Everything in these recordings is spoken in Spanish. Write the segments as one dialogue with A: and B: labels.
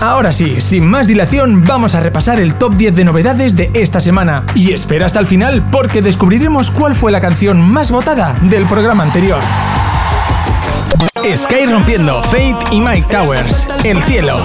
A: Ahora sí, sin más dilación, vamos a repasar el top 10 de novedades de esta semana. Y espera hasta el final porque descubriremos cuál fue la canción más votada del programa anterior. Sky rompiendo Fate y Mike Towers. El cielo.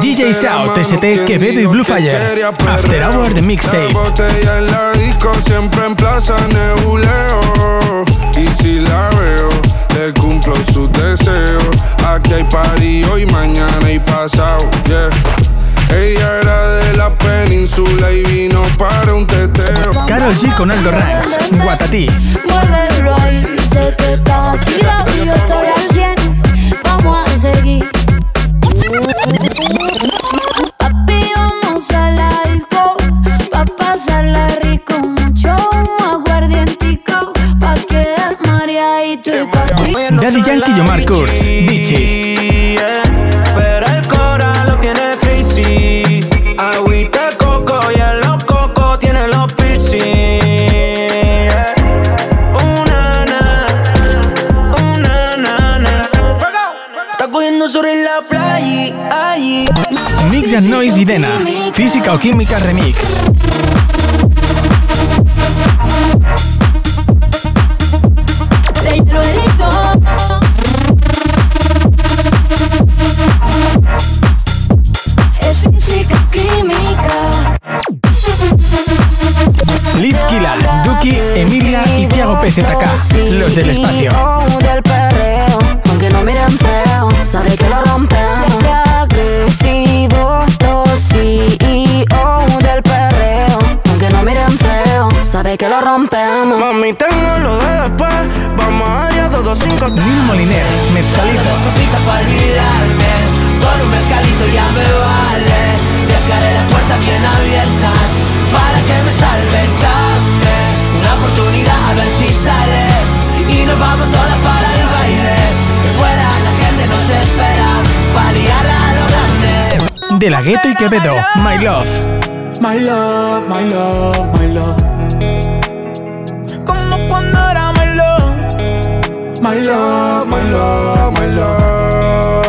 A: DJ Shout, ST, Quevedo y Blue Fire. After Hour de Mixtape.
B: botella en la disco, siempre en plaza nebuleo. Y si la veo, le cumplo sus deseos. Aquí hay party hoy, mañana y pasado, yeah. Ella era de la península y vino para un teteo.
A: Carol G con Aldo Ranks. Guatatí.
C: Muévelo ahí, sé que está activado y yo estoy al 100. Vamos a seguir. Papi, vamos a la disco, va a pasarla rico, mucho aguardientico, pa' quedar mareadito y papi.
A: Daddy Yankee y Omar Kurtz. Bichi.
D: Yeah, Pero el cora lo tiene crazy. Agüita de coco y en los cocos tiene los piercing. Yeah. Una nana, una nana. Está cogiendo sobre la playa. Allí.
A: Mix and Noise y Dena. Física o Química Remix.
C: Te lo digo. Es física, química.
A: Liv Kilal, Duki, Emilia y Tiago PZK. Los del espacio.
E: del perreo, aunque no miren feo, sabe que lo rompemos. De agresivo, los CEO del perreo, aunque no miren feo, sabe que lo rompemos.
D: Mami, tengo lo de después. Vamos allá, dos, cinco, tres.
A: Nil Moliner, Mezcalito.
F: Copita para olvidarme Con un mezcalito ya me vale Dejaré las puertas bien abiertas Para que me salves Dame una oportunidad a ver si sale Y nos vamos todas para el baile Que fuera la gente nos espera Para liarla a lo grande
A: De la Gueto y Quevedo, My Love.
G: My love, my love, my love. Como cuando era my love. My love, my love, my
B: my love.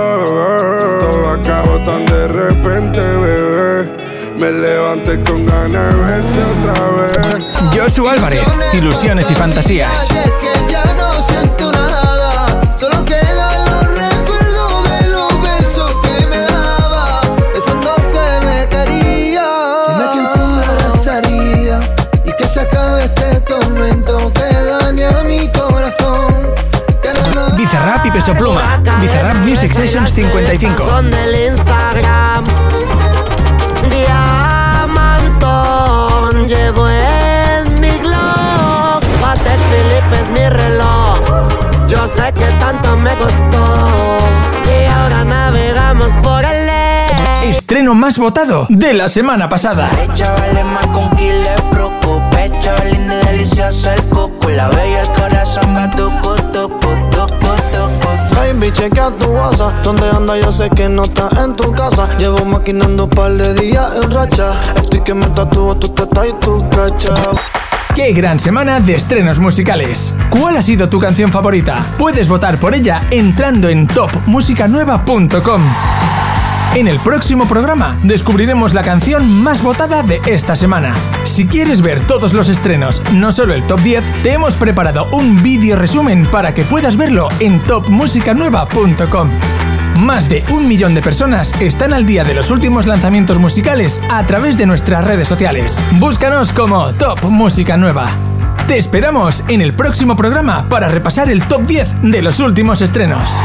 B: Todo acabó tan de repente, bebé. Me levanté con ganas de verte otra vez.
A: Joshua Álvarez, Ilusiones y Fantasías.
F: Y es que ya no siento nada, solo quedan los recuerdos de los besos que me daba, pensando que me quería. Dime quién cura esta herida y que se acabe este tormento que daña mi corazón. Que no lo-
A: Bizarrap y Peso Pluma. Bizarrap Music Sessions 55.
E: Son del Instagram. Diamantón llevo en mi Glock. Patek Philippe es mi reloj. Yo sé que tanto me costó. Y ahora navegamos por el eje.
A: Estreno más votado de la semana pasada.
F: Pecho vale más con kilo de fruco Pecho lindo y delicioso el cuco La bella el corazón va tucu, tucu, tucu, tucu
H: Baby, chequea tu WhatsApp Donde anda? Yo sé que no estás en tu casa Llevo maquinando un par de días en racha Estoy que me tatúo tu teta y tu cacha
A: ¡Qué gran semana de estrenos musicales! ¿Cuál ha sido tu canción favorita? Puedes votar por ella entrando en topmusicanueva.com. En el próximo programa descubriremos la canción más votada de esta semana. Si quieres ver todos los estrenos, no solo el top 10, te hemos preparado un vídeo resumen para que puedas verlo en topmusicanueva.com. Más de un millón de personas están al día de los últimos lanzamientos musicales a través de nuestras redes sociales. Búscanos como Top Música Nueva. Te esperamos en el próximo programa para repasar el top 10 de los últimos estrenos.